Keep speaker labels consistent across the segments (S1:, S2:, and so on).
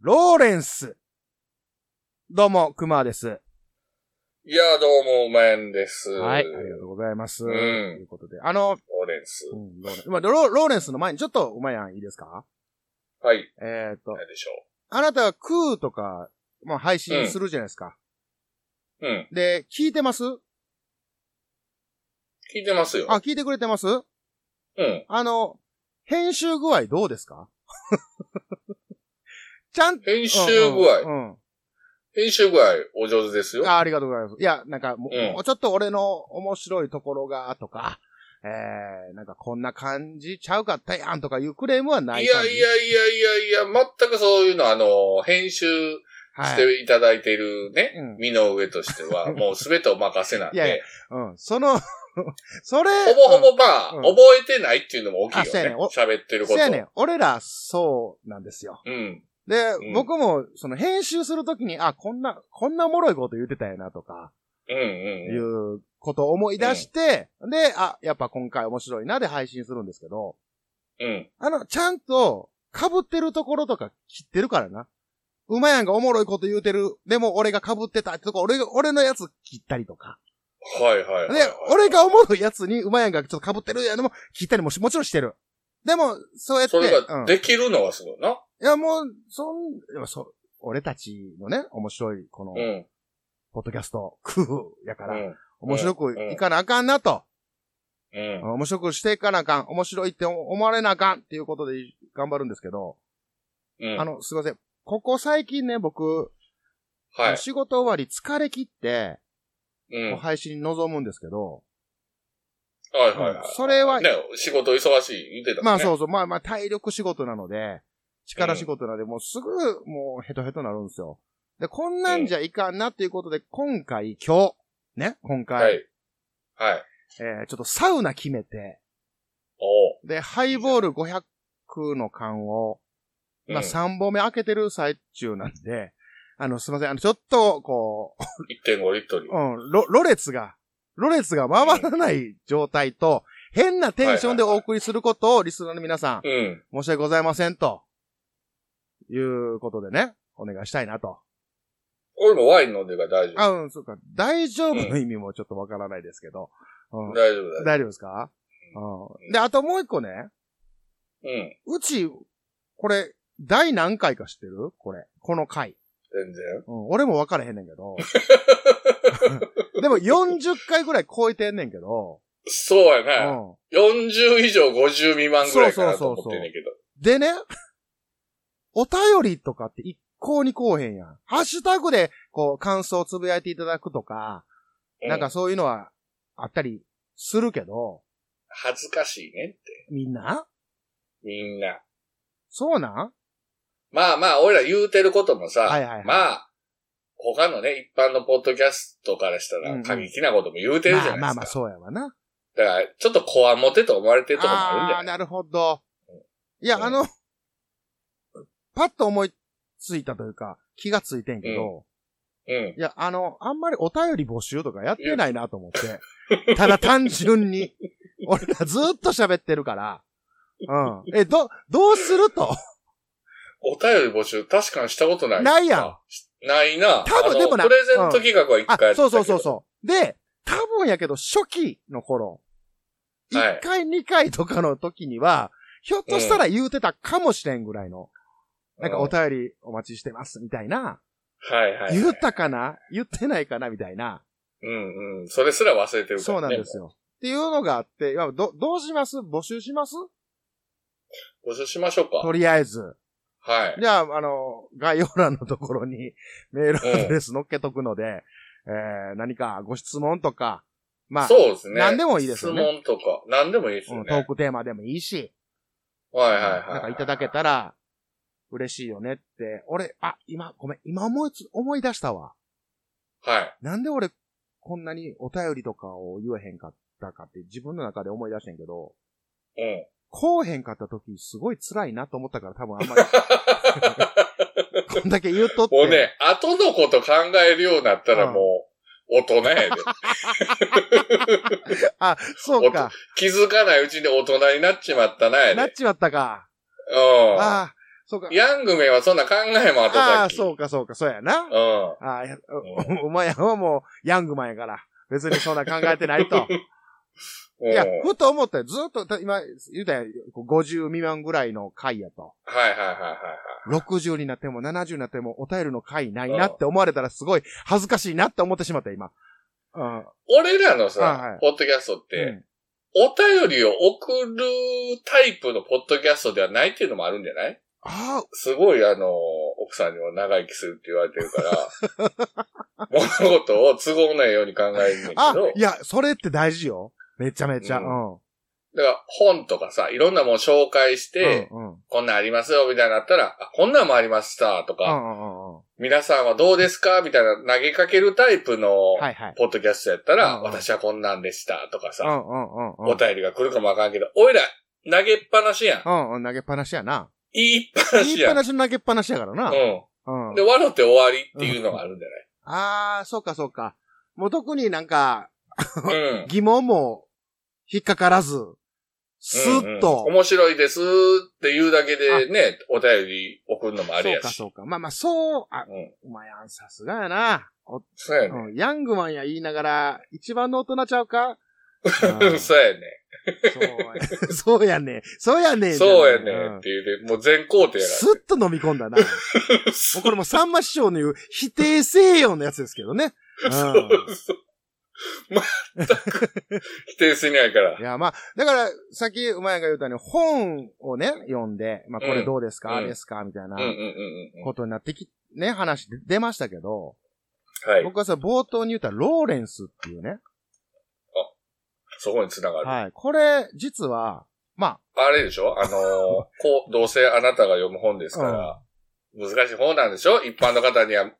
S1: ローレンス。どうも、熊です。
S2: いや、どうも、おめんです。
S1: はい。あ
S2: ロ
S1: りがとうございます。
S2: うん
S1: ということで。あの、
S2: ーレンス
S1: う。んローレンまあローローレンスの前にちょっと、お前やん、いいですか
S2: はい。
S1: えっ、と、
S2: なんでしょ
S1: あなたはクーとか、まあ、配信するじゃないですか。
S2: う。うん。
S1: で、聞いてます
S2: 聞いてますよ。
S1: あ、聞いてくれてます
S2: うん。
S1: あの、編集具合どうですか ちゃんと。
S2: 編集具
S1: う
S2: 合。
S1: んうん
S2: 編集具合、お上手です
S1: う
S2: よ
S1: ん。。あありがとうございます。いや、なんかもう、
S2: うん
S1: もうちょっと俺の面白いところが、とか、えー、なんかこんな感じちゃうかったやんとかいうクレームはないい
S2: や
S1: 感
S2: い
S1: じ。
S2: やいやいやいや、全くそういうの、あの、編集し
S1: はい。
S2: ていただいているね、
S1: うん
S2: 身の上として は、もうすべてお任せなん
S1: いやい
S2: で、
S1: うん。その、 それ、
S2: ほぼほぼまあ、
S1: うん
S2: 覚えてないっていうのも大きい
S1: あそうやねん
S2: よ
S1: お
S2: ね。喋って
S1: う
S2: る
S1: ん
S2: こ
S1: せ
S2: と。
S1: やねん。俺ら、そうなんですよ。
S2: うん。
S1: で、
S2: うん
S1: 僕も、その編集するときに、あ、こんな、こんなおもろいこと言ってたんやなとか、
S2: うん
S1: い
S2: うん。
S1: うことを思い出して、で、あ、やっぱ今回面白いなで配信するんですけど、
S2: うん。
S1: あの、ちゃんと、被ってるところとか切ってるからな。馬やんがおもろいこと言うてる。でも俺が被ってたってとこ、俺が、俺のやつ切ったりとか。
S2: はいはいはい、
S1: で
S2: はい。、
S1: 俺がおもろいやつに馬やんがちょっと被ってるやんも切ったりもし、もちろんしてる。でも、そうやって、
S2: それ
S1: う
S2: が
S1: ん、い
S2: できるのはすごいな。
S1: やもう、そん、いやそ、俺たちのね、面白い、この
S2: う、ん。
S1: ポッドキャスト、クーやか
S2: う
S1: ら、
S2: ん。
S1: 面白くいかなあかんなと。
S2: うん。
S1: 面白くしていかなあかん。面白いって思われなあかんっていうことで頑張るんですけど、
S2: うん。
S1: あの、すいません。ここ最近ね、僕、
S2: はい。
S1: 仕事終わり疲れ切って、
S2: うん。
S1: こう
S2: はい
S1: 配信に臨むんですけど、
S2: はいはい。
S1: それは
S2: ね、仕事忙しい言ってたもんね。
S1: まあ
S2: う。
S1: そうそう、まあまあ体力仕事なので、力仕事なので、もうすぐもうヘトヘトなるんですよ。で、こんなんじゃいかんなっていうことで、今回、今日、ね、今回、
S2: はい。はい。
S1: えーちょっとサウナ決めて、
S2: おう。
S1: で、ハイボール500の缶を、
S2: うん
S1: まあ3本目開けてる最中なんで、あの、すいません、あの、ちょっと、こう、
S2: 1.5リットル。
S1: うん、ろ、ろれつが、ろれつが回らない状態と、変なテンションでお送りすることをリスナーの皆さん、
S2: うん。
S1: 申し訳ございませんと、いうことでね、お願いしたいなと。
S2: 俺もワイン飲んでるから大丈
S1: あ、うん、そうか。大丈夫の意味もちょっとわからないですけど。うん
S2: 夫。大丈夫だ。
S1: 大丈夫ですかうん。で、あともう一個ね、
S2: うん。
S1: うち、これ、第何回か知ってるこれ。この回。
S2: 全然。
S1: うん、俺も分からへんねんけ ど。でも40回ぐらい超えてんねんけど。
S2: そうや
S1: う
S2: な。
S1: ん。
S2: 40以上50未満ぐらいかなと思ってんねんけど。
S1: でね、 お便りとかって一向にこうへんやん。ハッシュタグで、こう、感想をつぶやいていただくとか、
S2: う
S1: なんか、そういうのはあったりするけど、
S2: 恥ずかしいねって。
S1: みんな
S2: みんな。
S1: そうなん
S2: まあまあ、俺ら言うてることもさ、
S1: はいはいはい
S2: まあ、他のね、一般のポッドキャストからした
S1: うんう
S2: ら
S1: ん
S2: 過激なことも言うてるじゃ
S1: まあ
S2: ないですか。
S1: まあまあ、そうやわな。
S2: だから、ちょっとこわもてと思われてるとこもあるんじ
S1: あ
S2: ゃ
S1: あー、
S2: ない
S1: なるほど。いや、
S2: うん
S1: あの、パッと思いついたというか、気がついてんけど、
S2: うん。
S1: いや、あの、あんまりお便り募集とかやってないなと思って。 ただ単純に。俺らずっと喋ってるから。うん。え、ど、どうすると
S2: お便り募集、確かにしたことない。
S1: ないやん。
S2: ないな。
S1: 多分
S2: あの
S1: でもな
S2: プレゼント企画は一
S1: あ
S2: 回やっ、てたけど、
S1: そうそうそうそう。で、多分やけど初期の頃、
S2: はい
S1: 1回2回とかの時には、ひょっとしたら言うてたかもしれんぐらいの、なんかお便りお待ちしてますみたいな、
S2: はいはいはい。
S1: 言ったかな言ってないかなみたいな、
S2: うんうん。それすら忘れてるからね。
S1: そうなんですよ。っていうのがあって、いやど、どうします募集します
S2: 募集しましょう
S1: と
S2: か。
S1: りあえず。
S2: はい。
S1: じゃあ、あの、概要欄のところに メールアドレス載っけとくので、えー、何かご質問とか、まあ、
S2: そうですね。
S1: 何でもいいですよね
S2: 質問とか、何でもいいです
S1: う
S2: よ
S1: んトー
S2: ね。
S1: クテーマでもいいし、
S2: はいはいはい。
S1: なんかいただけ。たら嬉しいよねって、俺、あ、今、ごめん、今思いつ、思い出したわ。
S2: はい。
S1: なんで俺、こんなにお便りとかを言えへんかったかって自分の中で思い出してんけど、
S2: うん。
S1: こうへんかった時すごい辛いなと思ったから多分あんまり、こんだけ言うとって。
S2: も うね、後のこと考えるようになったらもう、大人やで。
S1: あ、そうか。
S2: 気づかないうちに大人になっちまったなや
S1: なっ
S2: で。
S1: ちまったか。
S2: うん。
S1: ああ、そうか。
S2: ヤングメンはそんな考えもあった
S1: ああ、
S2: う。
S1: そうか、そうか、そうやな。
S2: うん。
S1: ああ、やおお前はもう、ヤングマンやから。別にそんな考えてないと。
S2: うん
S1: いや、ふと思ったよ。ずっと、た今、言うたやん、こう50未満ぐらいの回やと。
S2: はいはいはいはい
S1: 60になっても70になってもお便りの回ないなって思われたらすごい恥ずかしいなって思ってしまった、今。うん。
S2: はい。俺らのさ、
S1: はいはい
S2: ポッドキャストって、
S1: うん
S2: お便りを送るタイプのポッドキャストではないっていうのもあるんじゃない
S1: ああ、
S2: すごいあの、奥さんにも長生きするって言われてるから、 物事を都合のないように考えるんだけど、だ
S1: あ
S2: か、
S1: いや、それって大事よ。めちゃめちゃ。
S2: う
S1: うん。
S2: ら本とかさ、いろんなもの紹介して、
S1: うん、うん。
S2: こんなんありますよ、みたいになったら、あこんなんもありました、と
S1: う
S2: か、
S1: んうんうんうん。
S2: 皆さんはどうですかみたいな投げかけるタイプの、
S1: はいはい。
S2: ポッドキャストやったら、
S1: うんうん
S2: 私はこんなんでした、とか
S1: う
S2: さ、
S1: んうんうんうん。
S2: お便りが来るかもわかんけど、おいら、投げっぱなしやん。
S1: うんうん、投げっぱなしやな。
S2: 言いっぱな
S1: 言
S2: し
S1: いっ
S2: や
S1: ぱ
S2: ん。う
S1: なしの投げっぱなしやからな。うん
S2: ん。で、。笑って終わりっていうのがあるんじゃ
S1: ああ、そうかそうか。もう特になんか、
S2: ないうん。
S1: 疑問も引っかからず、スッと。
S2: うんうん面白いですって言うだけでね、お便り送るのもあれ
S1: そう
S2: や
S1: か
S2: し。
S1: そうか。まあまあ、そう、あ、
S2: うん
S1: お前やん、さすがやな。お
S2: そうやね。
S1: うん、ヤングマンや言いながら、一番の大人ちゃう か
S2: そうやね。
S1: うんそうやね。そうやね。
S2: そうや
S1: じゃない
S2: ね。っ。ていうで、もう全工程
S1: うん
S2: やか
S1: スッと飲み込ん だな。も
S2: ら。そう
S1: これもさんま師匠の言う否定西洋のやつですけどね。うん
S2: うそう。全く否定しないから
S1: い。や、まあ、だから、さっき、お前が言ったように、本をね、読んで、まあ、これどうですか、
S2: うん
S1: あれですかみたいな
S2: うんうんうんうん。
S1: ことになってき、ね、話で出ましたけど、
S2: はい。
S1: 僕はさ、冒頭に言ったローレンスっていうね。
S2: そこに繋がる。
S1: はい。これ、実は、ま
S2: あれで しょあのー、こう、どうせあなたが読む本ですから、難しい本なんでしょ一般の方には、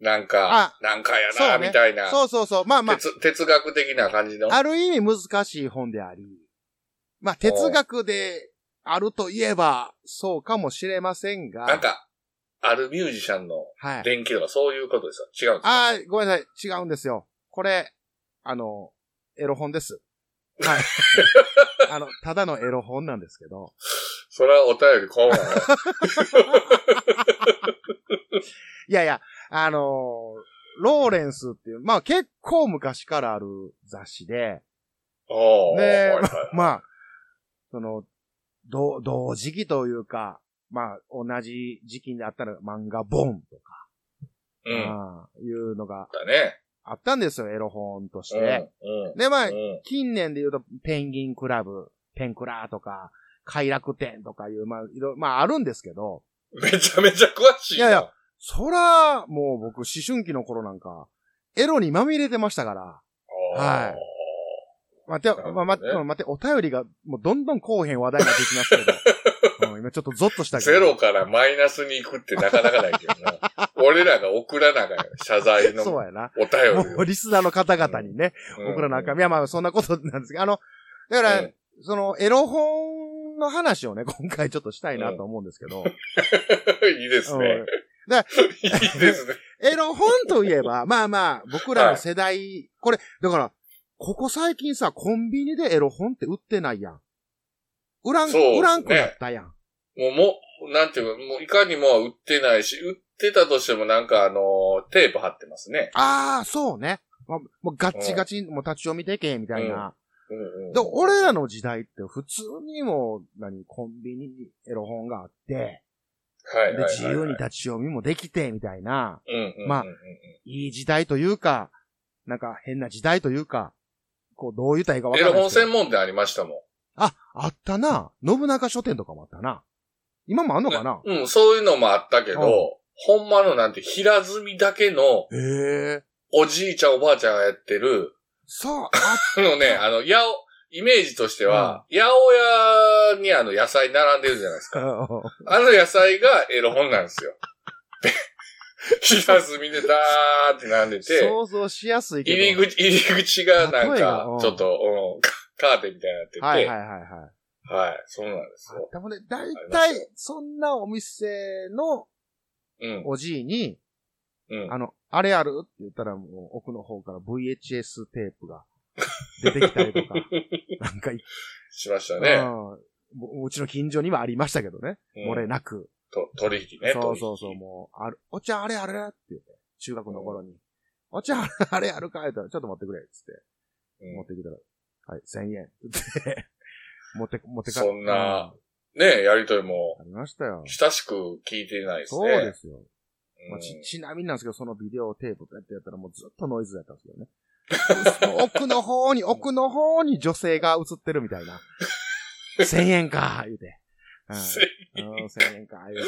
S2: なんか
S1: あ、
S2: なんか
S1: そう
S2: やな、
S1: ね
S2: みたい
S1: あ、
S2: な、
S1: そうそうそう、まあまあ、
S2: 哲哲学的な感じの。
S1: ある意味難しい本であり、まあ、哲学であるといえば、そうかもしれませんが、
S2: なんか、あるミュージシャンの
S1: はい。
S2: 電気とかそういうことですよ。違うんで
S1: あーごめんなさい。違うんですよ。これ、あの、エロ本です。 はい。あの、ただのエロ本なんですけど。
S2: す。それはお便りこ うなのよ
S1: いやいや、あのーローレンスっていう、まあ結構昔からある雑誌で、
S2: おー
S1: ねえ
S2: はいはい
S1: まあ、その、同、同時期というか、まあ、同じ時期にあったら漫画ボンとか、
S2: うん。だ
S1: あーいうのが
S2: ね。
S1: あったんですよ、エロ本とし
S2: うん。
S1: て。
S2: うん。
S1: で、まあ
S2: う、ん
S1: 近年で言うと、ペンギンクラブ、ペンクラとか、快楽天とかいう、まあ、いろ、まあ、あるんですけど、
S2: めちゃめちゃ詳しい。。
S1: いやいや。そら、もう僕、思春期の頃なんか、エロにまみれてましたから、はい待って、
S2: なるほどね
S1: まあ、待って、待って、お便りが、もうどんどんこうへん話題になってきますけ ど、うん今ちょっとゾッとしたけど。
S2: ゼロからマイナスに行くってなかなかないけど な。俺らが送らなあかんよ。謝罪の
S1: そう
S2: お
S1: やな。
S2: 便り
S1: もう、リスナーの方々にね、
S2: を。
S1: 僕らなんか
S2: うん
S1: ん、いや、まあ、そんなことなんですけど、あの、だから、
S2: うん
S1: その、エロ本の話をね、今回ちょっとしたいなと思うんですけ ど、
S2: いいです
S1: うん
S2: ね。いいですね。
S1: エロ本といえば、 まあまあ、僕らの世代、これ、だから、ここ最近さ、コンビニでエロ本って売ってないやん。売らん、
S2: そうですね
S1: 売らんくなったやん。
S2: もう、もう、なんていうか、もういかにも売ってないし、売ってたとしてもなんかあの、テープ貼ってますね。
S1: ああ、そうね。まあもうガッチガチ、もう立ち読みでけ、みたいな。
S2: うんうん
S1: で、俺らの時代って普通にもう、何、コンビニにエロ本があって、
S2: はいはい
S1: で
S2: はいはい。
S1: 自由に立ち読みもできて、みたいな、
S2: うんうんうんうん
S1: まあいい時代というか、なんか変な時代というか、こう、どう言ったらいいかわか
S2: エ
S1: らない
S2: ロ
S1: で
S2: 本
S1: すけど
S2: 専門店ありましたもん。
S1: あ、あったな。信長書店とかもあったな。今もあんのかな
S2: うん、そういうのもあったけど、ほんまのなんて平積みだけの、
S1: へえ。
S2: おじいちゃんおばあちゃんがやってる、
S1: そう、あ、
S2: あのね、あの、やお、イメージとしては、八百屋にあの野菜並んでるじゃないですか。あの野菜がエロ本なんです よ。で平積みでダーって並んでて、
S1: 想像しやすいけ
S2: 入
S1: ど。
S2: り口、入り口がなん
S1: 例えば
S2: か
S1: う、ん
S2: ちょっと、うん、カカーテンみたいになってて、
S1: は
S2: はいい、
S1: は
S2: はいい、
S1: はいはい。
S2: そうなんですよ。
S1: でもね、だい
S2: あ
S1: た
S2: ります
S1: い、そんなお店の
S2: うん、
S1: おじいに、
S2: うん。
S1: あの、あれあるって言ったらもう奥の方から VHS テープが出てきたりとか。なんか、
S2: しました
S1: う
S2: ね。
S1: んううちの近所にはありましたけどね。
S2: うん
S1: 漏れなく。
S2: と、取引ね。
S1: そうそうそう、
S2: 取
S1: もう、ある、お茶あれあれって言って、中学の頃に、お茶あれあれあるか言ったら、ちょっと持ってくれ、つって、
S2: 引
S1: 持
S2: う
S1: っ
S2: ん
S1: てきたら、はい、1000円、つって、持 って、持ってか
S2: そんな、ねえ、やりとりも
S1: う、んありましたよ。
S2: 親しく聞いていないですね。
S1: そうですよ。
S2: うん
S1: まあ、ち、ちなみになんですけど、そのビデオテープやってやったらもうずっとノイズだったんですけどね。その奥の方に、奥の方に女性が映ってるみたい な。千円か、言うて。うん
S2: せ
S1: うん、千円か、言うて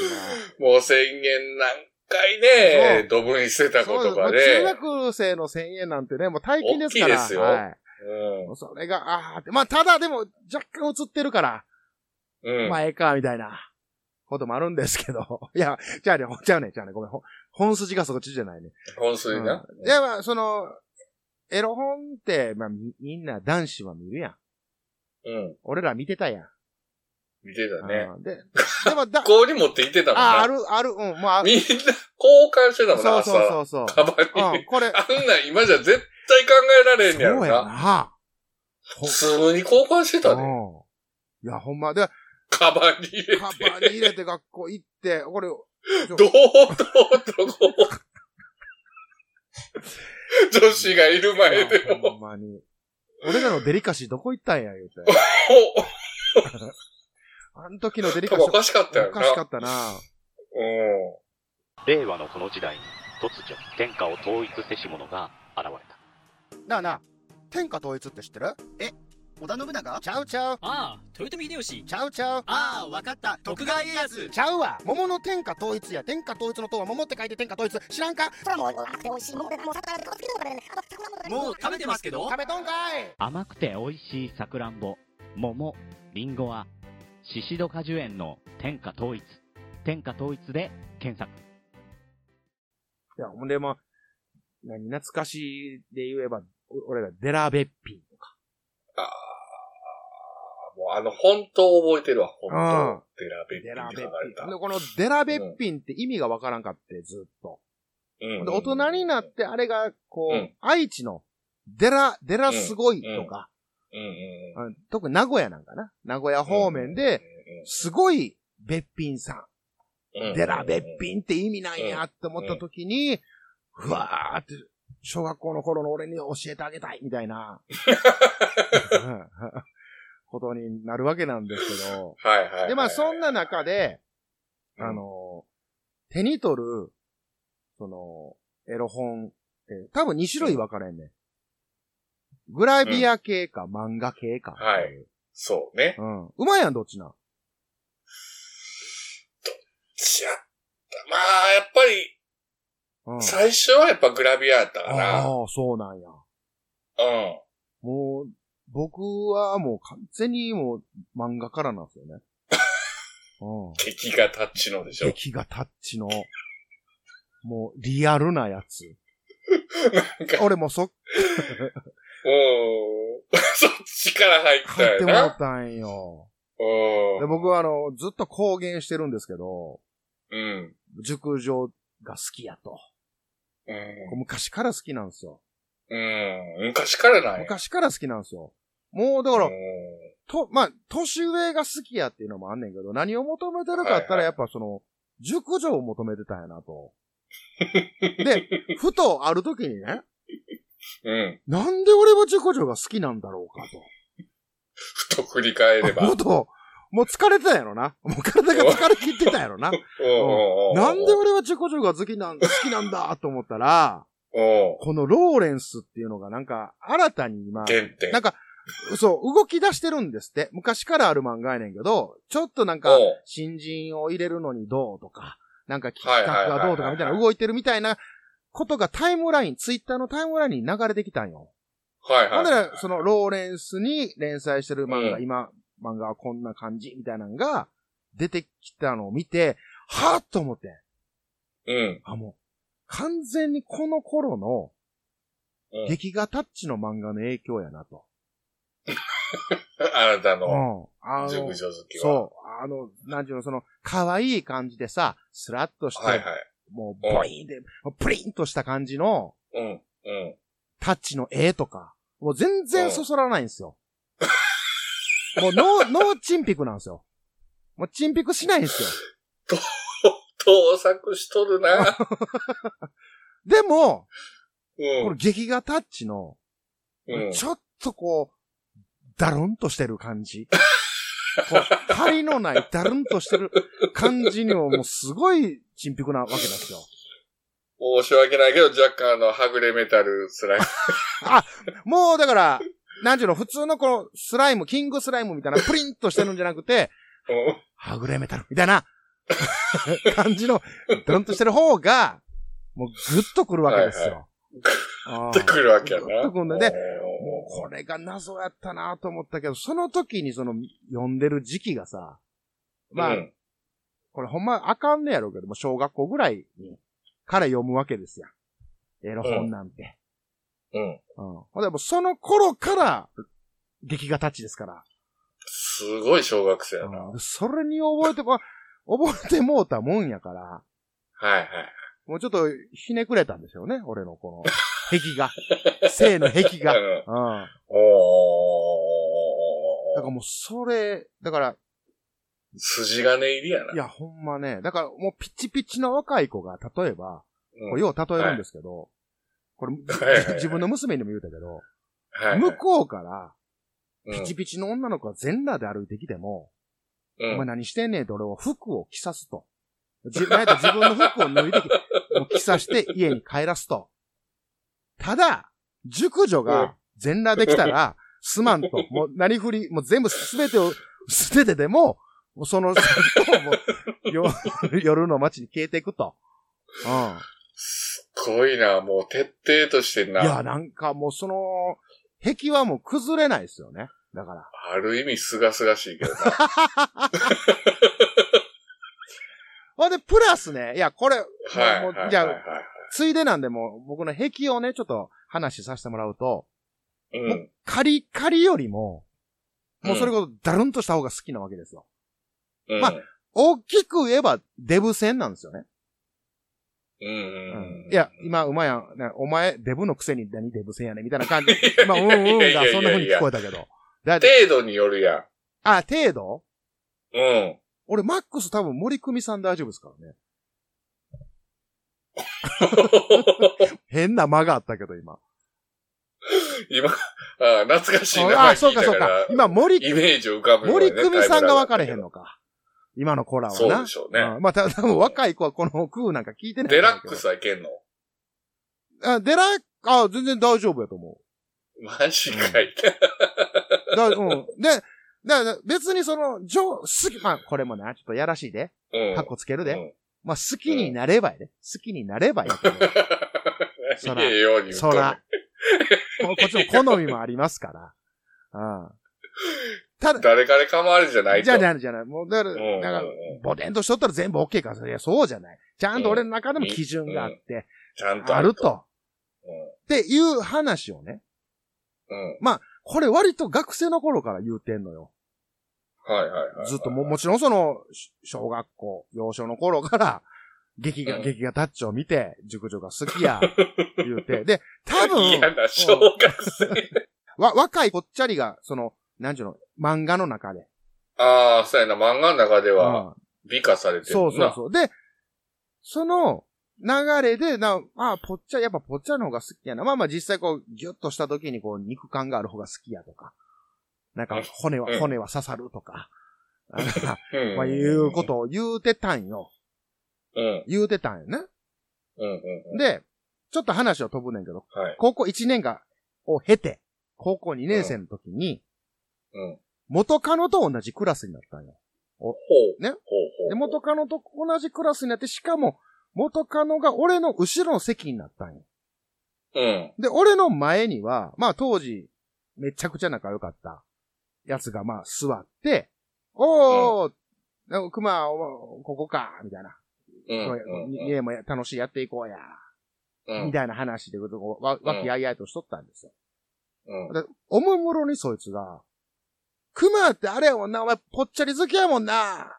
S2: もう宣言何回ね
S1: そう、
S2: ドブに捨て
S1: な。
S2: た子と
S1: まあ
S2: か
S1: 中
S2: ね。
S1: 学生の千円なんてね、もう大金ですから。
S2: 大きいですよ
S1: は
S2: う
S1: い。それが、ああって、まあ、ただでも若干映ってるから、
S2: ん。うん。
S1: まあ、ええか、みたいな。こともあるんですけど。い や、じゃあね、じゃあね、じゃあね、ごめん。ほ本筋がそっちじゃないね。
S2: 本数にな。
S1: うんいや、まあ、その、エロ本って、まあ、みみんな男子は見るやん。
S2: うん。
S1: 俺ら見てたやん。
S2: 見てたね。
S1: うんで、でも だ、
S2: 学校に持って行ってたもん
S1: あ、あ
S2: な。
S1: る、ある、うん、まあ、
S2: みんな交換してたもん
S1: そ
S2: な、
S1: うそう
S2: 朝。
S1: そうそう。
S2: カバン
S1: うん、
S2: に。
S1: これ、
S2: あんなん今じゃ絶対考えられんねや
S1: そ
S2: ろ
S1: うや
S2: な。
S1: な。
S2: 普通に交換してたね。
S1: うん。いや、ほんま、で、
S2: カバンに入れ
S1: カバンに入れて学校行って、これ、ちょ
S2: 堂々とこう、女子がいる前でも、
S1: ほんまに。俺らのデリカシーどこ行ったんや、言うて。あの時のデリ
S2: 多
S1: カシ
S2: 分
S1: ー
S2: おかしかったよ
S1: お
S2: な。
S1: かしかったな。
S2: うん。
S3: 令和のこの時代に突如天下を統一せし者が現れた
S4: なあなあ天下統一って知ってる
S5: 織田信長
S4: ちゃうちゃう
S5: ああ豊臣秀吉
S4: ちゃうちゃう
S5: ああわかった徳川家康
S4: ちゃうわ桃の天下統一や天下統一の塔は桃って書いて天下統一知らんか
S6: それはもう甘くて美味しいもうもう魚で顔つけてもらえないあと魚も食べて
S5: もう食べてますけど
S4: 食べとんかい
S7: 甘くて美味しいさくらんぼ、桃、りんごは、シシド果樹園の天下統一。天下統一で検索。
S1: いや、ほんで、まあ、何、懐かしいで言えば、お俺ら、デラベッピン。
S2: もうあの、本当覚えてるわ、本
S1: うん
S2: 当。デラベッピ
S1: デラ
S2: に
S1: ベ
S2: 書
S1: ッ
S2: かれた。
S1: ピン。で、このデラベッピンって意味がわからんかって、ずっと。
S2: うん
S1: で、大人になって、あれが、こう、
S2: うん
S1: 愛知の、デラ、デラすごいとか、
S2: うんうんうん。
S1: うん特に名古屋なんかな。名古屋方面で、すごい、べっぴんさ
S2: うんうん
S1: ん。
S2: うん、
S1: デラべっぴんって意味なんやって思った時に、ふわーって、小学校の頃の俺に教えてあげたい、みたいな、ことになるわけなんですけど。
S2: はいはいはい。
S1: で、まあ、そんな中で、
S2: うん
S1: あの、手に取る、その、エロ本って、多分2種類分かれんねん。グラビア系か漫画系か。
S2: はい。そうね。
S1: うん。うまいやん、どっちなん。
S2: しゃまあ、やっぱり、
S1: うん。
S2: 最初はやっぱグラビアやったかな。うん。
S1: ああ、そうなんや。もう、僕はもう完全にもう漫画からなんです よね。う
S2: 敵がタッチのでし
S1: ん。
S2: ょ。
S1: 敵がタッチの、もうリアルなやつ。
S2: なんか、
S1: 俺もうそ、
S2: うん。 そっちから入った
S1: 入って
S2: よ
S1: もらっ
S2: な。
S1: たんよ。
S2: う
S1: で
S2: ん。
S1: 僕はあの、ずっと公言してるんですけど、
S2: うん。
S1: 熟女が好きやと。
S2: うん。
S1: 昔から好きなんですよ。
S2: うん。昔からなんや。
S1: 昔から好きなんですよ。もう、だから、
S2: うん
S1: と、まあ、年上が好きやっていうのもあんねんけど、何を求めてるかって言った
S2: はいは
S1: ら、
S2: い
S1: やっぱその、熟女を求めてたんやな と。で、ふとある時にね、
S2: うん。
S1: なんで俺は熟女が好きなんだろうか
S2: ふと振り返れ
S1: と。
S2: ば。
S1: もっと、もう疲れてたんやろな。もう体が疲れ切ってたんやろ な。なんで俺は熟女が好きなん、好きなんだと思ったら、
S2: うん。
S1: このローレンスっていうのがなんか、新たに今、
S2: 原点。
S1: なんか、そう、動き出してるんですって。昔からある漫画やねんけど、ちょっとなんか
S2: おう、
S1: 新人を入れるのにどうとか、なんか企画がどうとかみたい
S2: はいはいはいは
S1: ない動いてるみたいなことがタイムライン、ツイッターのタイムラインに流れてきたんよ。
S2: はい
S1: ほ
S2: はい。
S1: んなら、そのローレンスに連載してる漫画、
S2: うん
S1: 今、漫画はこんな感じみたいなのが出てきたのを見て、はぁっと思って、
S2: うん。
S1: あ、もう、完全にこの頃の
S2: うん、
S1: 劇画タッチの漫画の影響やなと。
S2: あなたの、
S1: うん。あの、
S2: 熟女好きは。
S1: そう。あの、なんていうの、その、可愛い感じでさ、スラッとして、
S2: はいはい。
S1: もう、ボインで、プリンとした感じの、
S2: うん。うん。
S1: タッチの絵とか、もう全然
S2: うん
S1: そそらないんですよ。 もう、ノー、ノーチンピクなんですよ。もう、チンピクしないんですよ。
S2: 盗作しとるな。
S1: でも、
S2: うん。
S1: この劇画タッチの、
S2: うん。
S1: ちょっとこう、だるんとしてる感じ。こう張りのない、だるんとしてる感じにも、もうすごい、沈ピクなわけなんですよ。
S2: 申し訳ないけど、若干あの、はぐれメタルスライム。
S1: もうだから、なんちゅうの、普通のこのスライム、キングスライムみたいな、プリンとしてるんじゃなくて、
S2: うん
S1: はぐれメタルみたいな感じの、ドンとしてる方が、もうグッとくるわけですよ。あ
S2: って
S1: ー
S2: くるわけやな。
S1: グッとくるんだねも
S2: も
S1: うこれが謎やったなと思ったけど、その時にその、読んでる時期がさ、
S2: う、
S1: まあ、
S2: うん
S1: これほんまあかんねやろうけども、小学校ぐらいに、から読むわけですやん。エロ本なんて。
S2: うん。
S1: うん。ほんで、もうその頃から、劇画タッチですから。
S2: すごい小学生やな。
S1: うんそれに覚えてこ、 覚えてもうたもんやから、
S2: はいはい。
S1: もうちょっとひねくれたんでしょうね、俺の この、壁が。性の壁が。うん。
S2: うん
S1: だ
S2: お
S1: からもうそれ、だから、
S2: ー。筋金入りやな。
S1: いやほんまね、だからもうピチピチの若い子が、例えば、
S2: うん
S1: これよう例えるんですけど、これ
S2: はいはいはい、
S1: 自分の娘にも言うたけど、
S2: はいはい
S1: 向こうから、
S2: うん
S1: ピチピチの女の子が全裸で歩いてきても、
S2: うん
S1: お前何してんねんと俺は服を着さすと。じなんやったら自分の服を脱いできもう着さして家に帰らすと。ただ、熟女
S2: うん
S1: が全裸できたら、すまんと。もう何振り、もう全部すべてを捨ててでも、もうその、 もうよ夜の街に消えていくと。う
S2: すっごいな、もう徹底としてん
S1: ん。
S2: な。
S1: いや、なんかもうその、壁はもう崩れないですよね。だから。
S2: ある意味、すがすがしい けどな。
S1: ほんで、プラスね、いや、これ、
S2: はい。
S1: もう
S2: はい
S1: じゃあ
S2: はい
S1: ついでなんでもう、僕の壁をね、ちょっと話させてもらうと、
S2: はいうん。
S1: カリカリよりも、もうそれ
S2: が、
S1: こそダルンとした方が好きなわけですよ。
S2: うん
S1: まあ大きく言えば、デブ戦なんですよね。
S2: うんうんうん。
S1: いや、今、うまいやん、ねお前、デブのくせに何デブ戦や ねんみたいな感じ。まあ、うんうん
S2: いやいやい
S1: が
S2: や、
S1: そんな風に聞こえたけど。だい
S2: 程度によるや
S1: あ、程度
S2: ん。うん。
S1: 俺、マックス多分森久美さん大丈夫ですから ね。変な間があったけど、今。
S2: 今、あー懐かしいな。
S1: あ、そうかそうか。今、森、
S2: イメージを浮かぶように
S1: 森
S2: ね、
S1: 久美さんが分かれへ
S2: タイ
S1: ん
S2: ムラグがあっ
S1: のか。今の子らはな。
S2: そうでしょうね
S1: んまあ、た 多分若い子はこの空なんか聞いて
S2: たけど。
S1: ない。
S2: デラックスはいけんの
S1: あ、デラック、あ、全然大丈夫やと思
S2: マジかい。
S1: う。だ、うん。で、だだ別にその、上、好き、まあ、これもな、ちょっとやらしいで。
S2: うん。
S1: カッコつける
S2: う
S1: で。
S2: ん
S1: まあ、好きになればやで。好きになればやと 思う。そら
S2: いいように言っと
S1: そ
S2: る
S1: ら。ここっちの好みもありますから。うん。ただ、
S2: 誰彼構われじゃないと。
S1: じゃあない、じゃない。もう、だか
S2: うんうんう
S1: ら、
S2: ん
S1: なんか、ボテンとしとったら全部 OK か。いや、そうじゃない。ちゃんと俺の中でも基準があって、
S2: ちゃんと
S1: ある。と。
S2: うん
S1: っていう話をね。
S2: うん。
S1: これ割と学生の頃から言うてんのよ。
S2: はいはいはい。
S1: ずっとも、もちろんその、し小学校、幼少の頃から、劇が、
S2: うん
S1: 劇がタッチを見て、熟女が好き や、言うて。で、多分、
S2: 嫌な小学生。
S1: わ、若いぽっちゃりが、その、なんちゅうの、漫画の中で。
S2: ああ、そうやな。漫画の中では
S1: うん
S2: 美化されてる
S1: そ
S2: も
S1: うんそう
S2: な。
S1: そう。で、その、流れで、な、まあ、ぽっちゃり、やっぱぽっちゃりの方が好きやな。まあまあ実際こう、ギュッとした時にこう、肉感がある方が好きやとか。なんか、骨
S2: うん
S1: は、骨は刺さると か。なんか
S2: うん
S1: まあ、いうこ。とを言うてたんよ。
S2: うん。
S1: 言うてたんよね。
S2: うんうん。
S1: で、ちょっと話を飛ぶねんけど、
S2: うん。はい。
S1: 高校1年間を経て、高校2年生の時に、
S2: うん。
S1: 元カノと同じクラスになったんよ。
S2: ほう。
S1: ね
S2: ほうほう。
S1: で、元カノと同じクラスになって、しかも、元カノが俺の後ろの席になったんよ。
S2: うん。
S1: で、俺の前には、まあ当時、めちゃくちゃ仲良かった、やつがまあ座って、おー、なんか熊、おここか、みたいな。
S2: うん。
S1: こ
S2: う
S1: れに
S2: ん
S1: ゲームや楽しいやっていこうや、
S2: うん。
S1: みたいな話で、こうわ、わきあいあいとしとったんですよ。
S2: うん。
S1: でおもむろにそいつが、クマってあれやもんな、お前ぽっちゃり好きやもんな。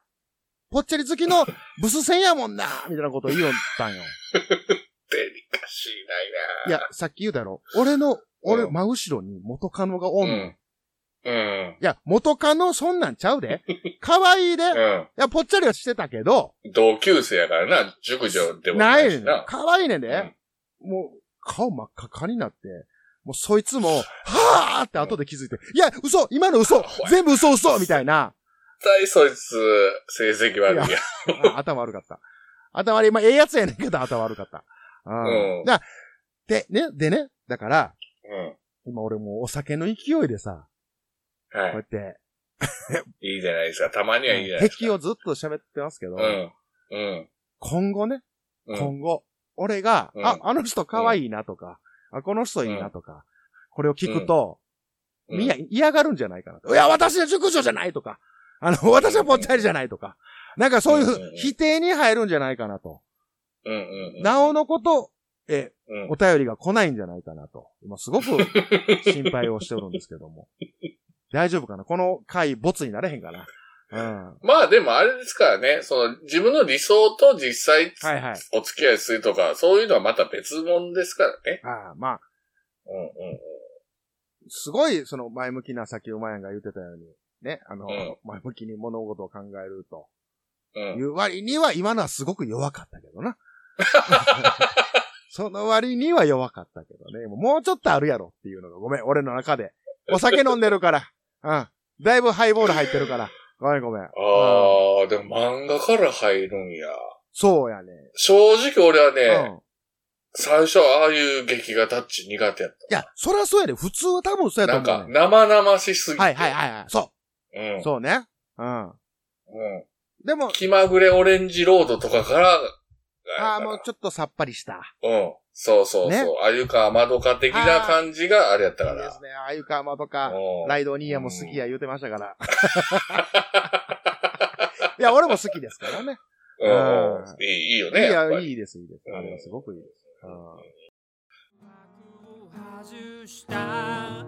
S1: ぽっちゃり好き のブス戦やもんな、みたいなことを言いよったんよ。
S2: デリカシー
S1: い
S2: ない
S1: や、さっき言うたやろ。俺の、俺、
S2: うん
S1: 真後ろに元カノがおん
S2: な
S1: の。
S2: うん。うん。
S1: いや、元カノそんなんちゃう で。可愛いで。いや、ぽっちゃりはしてたけど、
S2: うん。同級生やからな、熟女でも
S1: な
S2: ない
S1: いね
S2: し
S1: ん
S2: な。
S1: 可愛いねん
S2: う
S1: で
S2: ん。
S1: もう、顔真っ赤っかになって、もうそいつも、はぁーって後で気づいて、いや、嘘今の嘘全部嘘嘘みたいな。
S2: 絶対そいつ、成績悪いやん。
S1: あ頭悪かった。頭悪い。まあ、ええやつやねんけど頭悪かった。う
S2: うん
S1: ん。だで、ね、でね、だから、
S2: う
S1: 今俺もうお酒の勢いでさ、
S2: ん。
S1: こうや
S2: は
S1: って、
S2: い。いいじゃないですか。たまにはいいじゃないですか。
S1: 敵をずっと喋ってますけど、
S2: うん。うん。
S1: 今後ね、
S2: うん。
S1: 今後、俺が、
S2: うん
S1: あ、あの人可愛いなとか、あ、この人いいなとか、これを聞くと、
S2: うん
S1: みや、嫌がるんじゃないかな。いや、私は熟女じゃないとか、あの、私はぽっちゃりじゃないとか、なんかそうい
S2: うん
S1: う否定に入るんじゃないかなと。
S2: うんうんうん。
S1: なおのこと、え、
S2: うん
S1: お便りが来ないんじゃないかなと。今すごく心配をしておるんですけど も。大丈夫かなこの回、ボツになれへんかなうん。
S2: まあでもあれですからね、その自分の理想と実際
S1: はいはい。
S2: お付き合いするとか、そういうのはまた別物ですからね。
S1: ああ、まあ、
S2: う
S1: すごい、その、前向きな、さっきうまやんが言ってたように、ね、あの、
S2: うん
S1: 前向きに物事を考えると。
S2: んうんうん。
S1: い
S2: うん。
S1: う割には、今のはすごく弱かったけ どな。その割には弱かったけどね。もうちょっとあるやろっていうのが、ごめん、俺の中で。お酒飲んでるから。うん。だいぶハイボール入ってるから。ごめんごめん。うん
S2: ああ、でも漫画から入るんや。
S1: そうやね。
S2: 正直俺は
S1: う
S2: ね、
S1: ん。
S2: 最初ああいう劇画タッチ苦手やっ
S1: いや、そらそうやで。普通は多分そう
S2: た。
S1: やと
S2: なん
S1: 思う、ね
S2: か。生々しすぎて。
S1: はいはいはいはい。そ
S2: うん
S1: う。。そうね。うん。
S2: うん。
S1: でも、
S2: 気まぐれオレンジロードとかから、
S1: ああ、もうちょっとさっぱりした。
S2: うん。そうそうそう。
S1: ね
S2: あゆかまどか的な感じがあれやったか
S1: いいで
S2: ら
S1: す。ね。あゆかまとか、
S2: うん
S1: ライドニーヤも好きや言うてましたから。 いや、俺も好きですからね。
S2: うん
S1: う
S2: いいいいよ
S1: い
S2: ね。やっぱ
S1: や、
S2: り
S1: いいです、いいです。あれはすごくいいです。うん
S8: 外した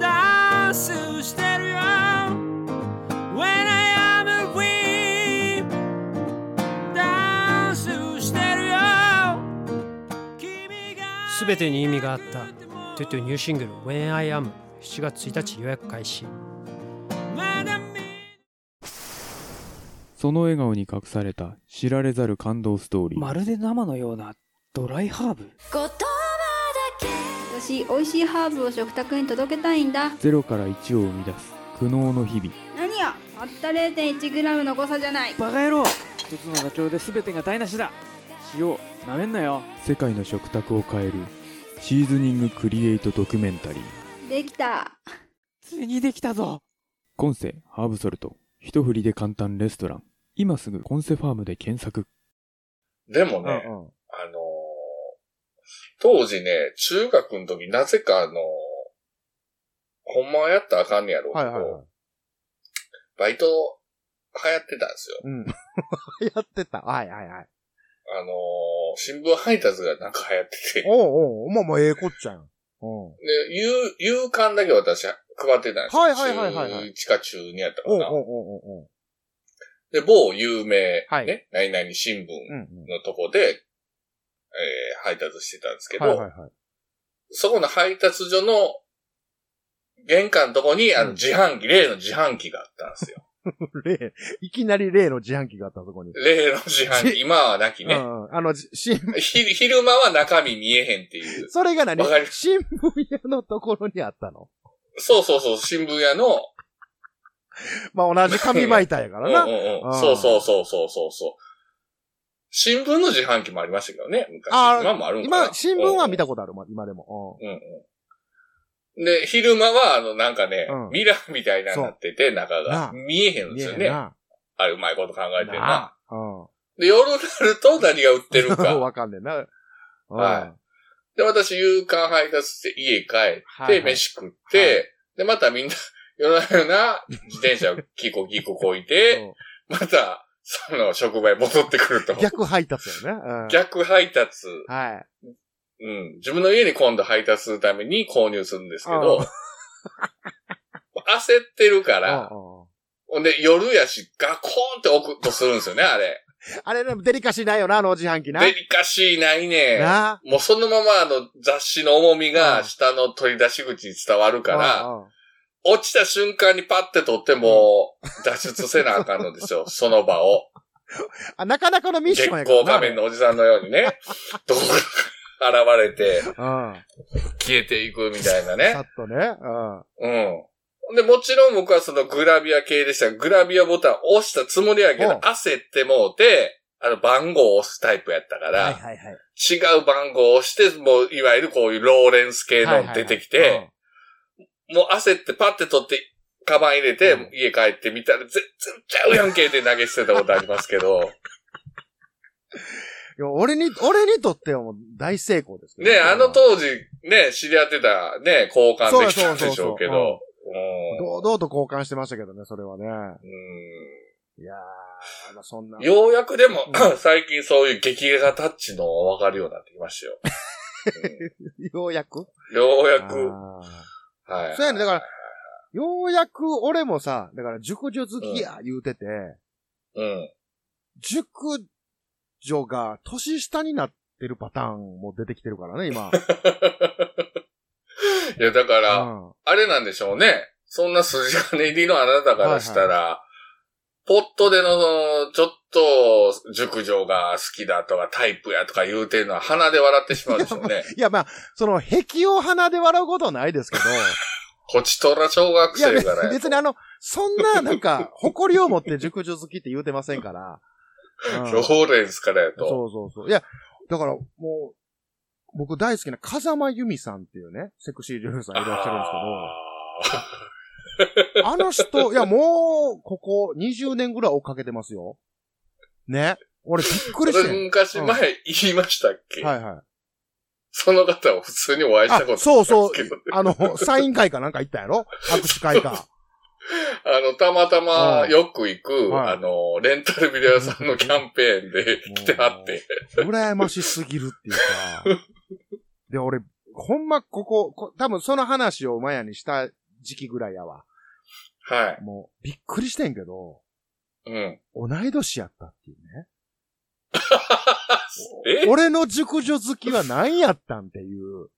S8: ダンスしてるよ When I am a queen ダンスしてるよ
S9: すべてに意味があったトゥトゥニューシングル「When I Am」7月1日予約開始
S8: まだ見
S10: その笑顔に隠された知られざる感動ストーリー。
S11: るで生のようなドライハーブ
S6: 私美味しいハーブを食卓に届けたいんだ
S10: ゼロから1を生み出す苦悩の日々。
S6: 何やあった 0.1g の誤差じゃない
S11: バカ野郎一つの妥協で全てが台無しだ塩なめんなよ
S10: 世界の食卓を変えるシーズニングクリエイトドキュメンタリー。
S6: できた
S11: ついにできたぞ
S10: コンセハーブソルト。一振りで簡単レストラン。今すぐコンセファームで検索。
S2: でも
S1: う
S2: ね、
S1: んうん。
S2: あのー当時ね、中学の時なぜかあのーほんまはやったらあかんねやろうけ
S1: はい
S2: ど、
S1: はいはい。
S2: バイト流行ってたんですよ。
S1: うん。やってた。はいはいはい。
S2: あのー新聞配達がなんか流行ってて、で、
S1: おうおう、まあまあ、ええこっちゃん。うん。おう
S2: 夕、夕刊だけ私は配ってたんですよ。
S1: はいはいはいはいはい
S2: 中1か中2やったか
S1: おうおう
S2: な。
S1: おうおう。
S2: で、某有名、
S1: はい
S2: ね、何々新聞
S1: うんうん。
S2: のとこで、えー配達してたんですけど、
S1: はいはい はい。
S2: そこの配達所の玄関のとこに、あの、自販機、例の自販機があったんで すよ。
S1: 例、いきなり例の自販機があったとこに。
S2: 例の自販機、今はなき
S1: う
S2: ね。
S1: んうん。あの、じ 新聞、
S2: ひ昼間は中身見えへんっていう。
S1: それが何
S2: わかる
S1: 新聞屋のところにあったの。
S2: そうそうそう、新聞屋の、
S1: まあ、同じ紙媒体やか
S2: うんう
S1: らな。
S2: んうん。
S1: あー
S2: そうそうそうそうそうそう。新聞の自販機もありましたけどね、昔。
S1: あー
S2: 今もあるんかな
S1: 今、新聞は見たことある、ま今でも。
S2: うんうん。で、昼間は、あの、なんかね、
S1: うん
S2: ミラーみたいなになってて、中
S1: な
S2: が
S1: あ。
S2: 見えへん
S1: うんん。
S2: ですよ
S1: 見えへ
S2: ね
S1: ん。な
S2: あれ、うまいこと考えてるな。
S1: なあ
S2: で、夜になると何が売ってる
S1: うん。
S2: か。
S1: わかんねえな。
S2: はで、私、夕刊配達して家帰って、
S1: はいはい
S2: 飯食って、で、またみんな、 夜な夜な自転車をキコキコこいて、
S1: う
S2: また、その、職場へ戻ってくると
S1: ん。。逆配達やね。うん
S2: 逆配達。
S1: はい。
S2: うん。自分の家に今度配達するために購入するんですけど、
S1: うん
S2: 焦ってるから、
S1: うんうん
S2: ほんで夜やしガコーンって置くとするんですよね、あれ。
S1: あれでもデリカシーないよな、あの自販機な。
S2: デリカシーないね
S1: な
S2: もうそのままあの雑誌の重み
S1: う
S2: が
S1: ん
S2: 下の取り出し口に伝わるから、
S1: うんうん
S2: 落ちた瞬間にパッて取っても、脱出せなあかんのです よ、その場を。
S1: あ、なかなかのミッシ
S2: 月
S1: ョンやから
S2: 光
S1: な。
S2: 仮面のおじさんのように ね、どこから現れて、
S1: うん。
S2: 消えていくみたいなね
S1: さ。っとね。うん。
S2: うん。で、もちろん僕はそのグラビア系でした。グラビアボタン押したつもりやけど、焦ってもうて、あの番号を押すタイプやったから、
S1: いはい。
S2: 違う番号を押して、もういわゆるこういうローレンス系
S1: はいはいは
S2: の
S1: い
S2: 出てきて、もう焦ってパッて取って、カバン入れて、家帰ってみたら、全然ちゃうやんけって投げ捨てたことありますけ ど。
S1: いや俺に、俺にとってはもう大成功ですけど
S2: ね、あの当時、ね、知り合ってた、ね、交換できたんでしょうけど。
S1: 堂々と交換してましたけどね、それはね。
S2: い
S1: やー、まあそんな。
S2: ようやくでも、 最近そういう激レアタッチの分かるようになってきましたよ。
S1: ようやく
S2: ようやく。はい。
S1: そうやね、だから、ようやく俺もさ、だから熟女好きや
S2: う
S1: 言うてて、
S2: うん。
S1: 熟女が年下になってるパターンも出てきてるからね、 今。
S2: いや、だから、あれなんでしょうね。そんな筋金入りのあなたからしたら、ポットでの、そのちょっと、熟女が好きだとか、タイプやとか言うてるのは鼻で笑ってしまうでしょう ね。
S1: いや、まあ、その、壁を鼻で笑うことはないです けど、
S2: こちとら小学
S1: いや、
S2: 生
S1: 別
S2: からや
S1: 別にあの、そんな、なん か、誇りを持って熟女好きって言うてませんから。 うん
S2: ローレンスからやと。
S1: そうそうそう。いや、だから、もう、僕大好きな風間由美さんっていうね、セクシー女優さんいらっしゃるんですけど、あの人、いや、もう、ここ20年ぐらい追っかけてますよ。ね。俺びっくりし
S2: そ
S1: て
S2: れ
S1: ん。
S2: 昔
S1: うん
S2: 前言いましたっけ、
S1: はいはい。
S2: その方を普通にお会いしたことあ
S1: あ、そうそう
S2: りますけどね。。
S1: あの、サイン会かなんか行ったやろ握手会か。
S2: あの、たまたま
S1: うん
S2: よく行く、
S1: はい
S2: あの、レンタルビデオ屋さんのキャンペーンで来てはって。
S1: 羨ましすぎるっていうか。で、俺、ほんまここ、こ多分その話をマヤにした時期ぐらいやわ。
S2: はい。
S1: もう、びっくりしてんけど、
S2: うん。
S1: 同い年やったっていうね。
S2: え
S1: 俺の熟女好きは何やったんっていう。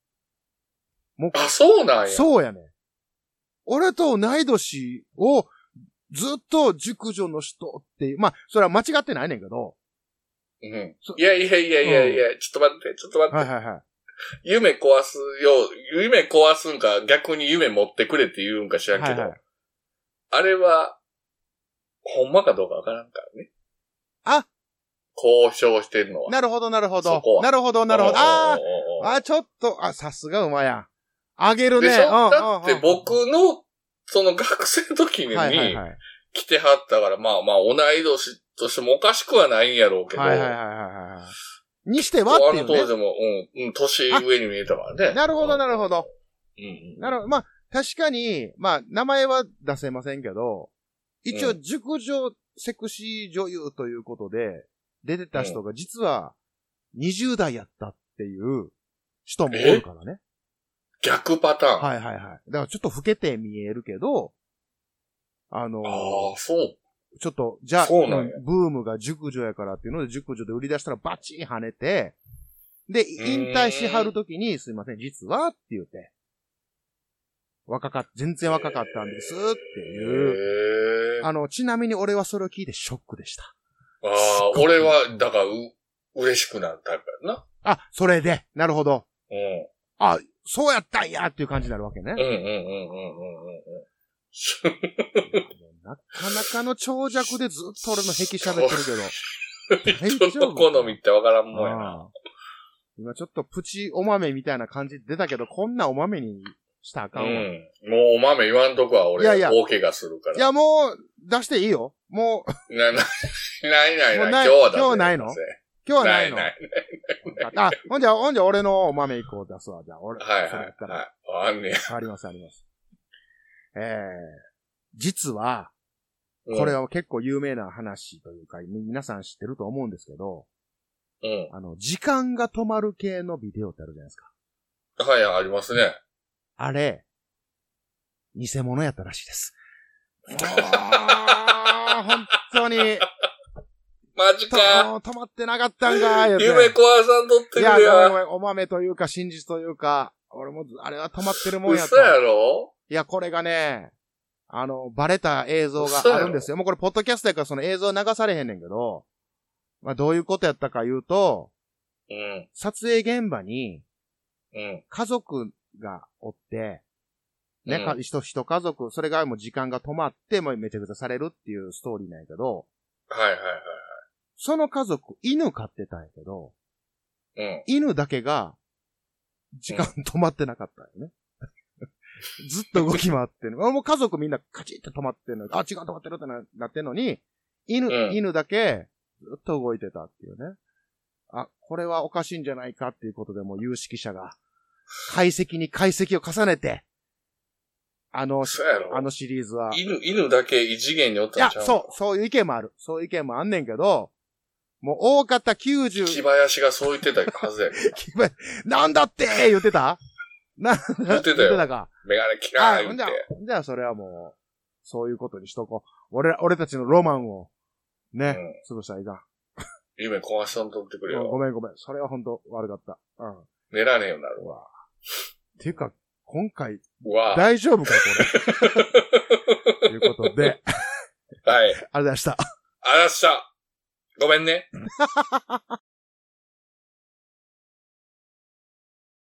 S1: もう
S2: あ、そうなんや。
S1: そうやね。俺と同い年をずっと熟女の人っていう。まあ、それは間違ってないねんけど。
S2: うん。いやいやいやいやいや、ちょっと待って、ちょっと待って。
S1: はいはいはい。
S2: 夢壊すよう、夢壊すんか、逆に夢持ってくれって言うんか知らんけど、
S1: はいは
S2: あれは、ほんまかどうかわからんからね。
S1: あ
S2: 交渉してんのは。
S1: なるほどなるほ
S2: そ
S1: ど
S2: こは。
S1: なるほどなるほど。
S2: おうおう
S1: あ
S2: おうおう
S1: あ、あ、ちょっと、あ、さすが馬や。あげるね。
S2: でしょ、
S1: うん
S2: だって
S1: うんうん
S2: 僕の、その学生の時に、
S1: はいはいはい
S2: 来てはったから、まあまあ、同い年としてもおかしくはないんやろうけど、
S1: はいはいはいはいはい。にしてはっ
S2: あ
S1: てい
S2: の
S1: う
S2: 当時
S1: ね。
S2: も、うん、うん、年上に見えたからね。
S1: なるほどなるほど。
S2: うん
S1: なるほど。まあ、確かに、まあ、名前は出せませんけど、一応、
S2: うん
S1: 熟女セクシー女優ということで、出てた人が実は、20代やったっていう人もおるからね。
S2: 逆パターン。
S1: はいはいはい。だからちょっと老けて見えるけど、あのー
S2: ああ、そう。
S1: ちょっと、じゃあ、
S2: そうなんや
S1: うんブームが熟女やからっていうので、熟女で売り出したらバチン跳ねて、で、引退しはるときに、すいません、実はって言って、若かっ、全然若かったんですっていう。
S2: へえ。
S1: あの、ちなみに俺はそれを聞いてショックでした。
S2: ああ、俺は、だから、う、嬉しくなるタイプやな。
S1: あ、それで、なるほど。
S2: うん。
S1: あ、そうやったんやっていう感じになるわけね。
S2: うんうんうんうんうんうんうん。
S1: なかなかの長尺でずっと俺の壁喋ってるけど。
S2: 人の好みってわからんもんやな。
S1: ああ今ちょっとプチお豆みたいな感じで出たけど、こんなお豆にしたらあ
S2: う
S1: かんわ。い
S2: ん。もうお豆言わんとこは俺、
S1: いやいや
S2: 大怪我するから。
S1: や、もう、出していいよ。もう、
S2: な、な、ないない
S1: も
S2: な
S1: う
S2: い。
S1: な
S2: 今
S1: い
S2: 日はだぜ
S1: 今日ないの
S2: だぜ
S1: 今日はないの。
S2: ないない
S1: あ、ほんじゃ、ほんじゃ、俺のお豆一個出すわ。じゃあ、俺、
S2: はい
S1: それ
S2: は
S1: やっ
S2: い
S1: たら。
S2: はい。あんねや。
S1: あります、あります。えー、実は、
S2: うん
S1: これは結構有名な話というか、皆さん知ってると思うんですけど、
S2: うん。
S1: あの、時間が止まる系のビデオってあるじゃないですか。
S2: はい、ありますね。
S1: あれ、偽物やったらしいです。あー本当 に、
S2: マジ
S1: と
S2: か。
S1: 止まってなかったんか、言うて
S2: 夢壊さんとって
S1: い
S2: る
S1: や、ごめんご
S2: やん。
S1: めん、お豆というか、真実というか、俺もず、あれは止まってるもんやと。
S2: 嘘やろ
S1: いや、これがね、あの、バレた映像があるんですよ。もうこれ、ポッドキャストやからその映像流されへんねんけど、まあ、どういうことやったか言うと、
S2: うん。
S1: 撮影現場に、
S2: うん。
S1: 家族がおって、ね、
S2: うん
S1: か一、一家族、それがもう時間が止まって、もうめちゃくちゃされるっていうストーリーなんやけど、
S2: はいはい
S1: その家族、犬飼ってたんやけど、
S2: はい。うん。
S1: 犬だけが、時間止まってなかったよね。 ずっと動き回ってる。 もう家族みんなカチッて止まってるの。あ、時間止まってるってななってんのに、犬、
S2: うん
S1: 犬だけ、ずっと動いてたっていうね。あ、これはおかしいんじゃないかっていうことでもう有識者が、解析に解析を重ねて、あの、
S2: そうやろ
S1: あのシリーズは。い
S2: 犬、犬だけ異次元におった
S1: や、
S2: んちゃう
S1: そう、そういう意見もある。そういう意見もあんねんけど、もう大方90、
S2: 木林がそう言ってたはずやけど。
S1: なんだって言ってたな、
S2: 言ってた
S1: 言
S2: よ。
S1: ってたか。
S2: メガネキラ
S1: あ、
S2: ー
S1: ほ
S2: 言
S1: ん
S2: っ
S1: じ
S2: て
S1: ゃ。、ほんじゃそれはもう、そういうことにしとこう。俺ら、俺たちのロマンを、ね、潰したらいかん。
S2: 夢壊しとんとってくれ
S1: うんご
S2: よ。
S1: めんごめん。それはほんと悪かった。うん。っ
S2: 寝らねえようになるわ。
S1: ていうか、今回、
S2: うわ。
S1: 大丈夫かこれ。ということで、 あ
S2: はい。
S1: りがとうございました。
S2: あらした。ごめんね。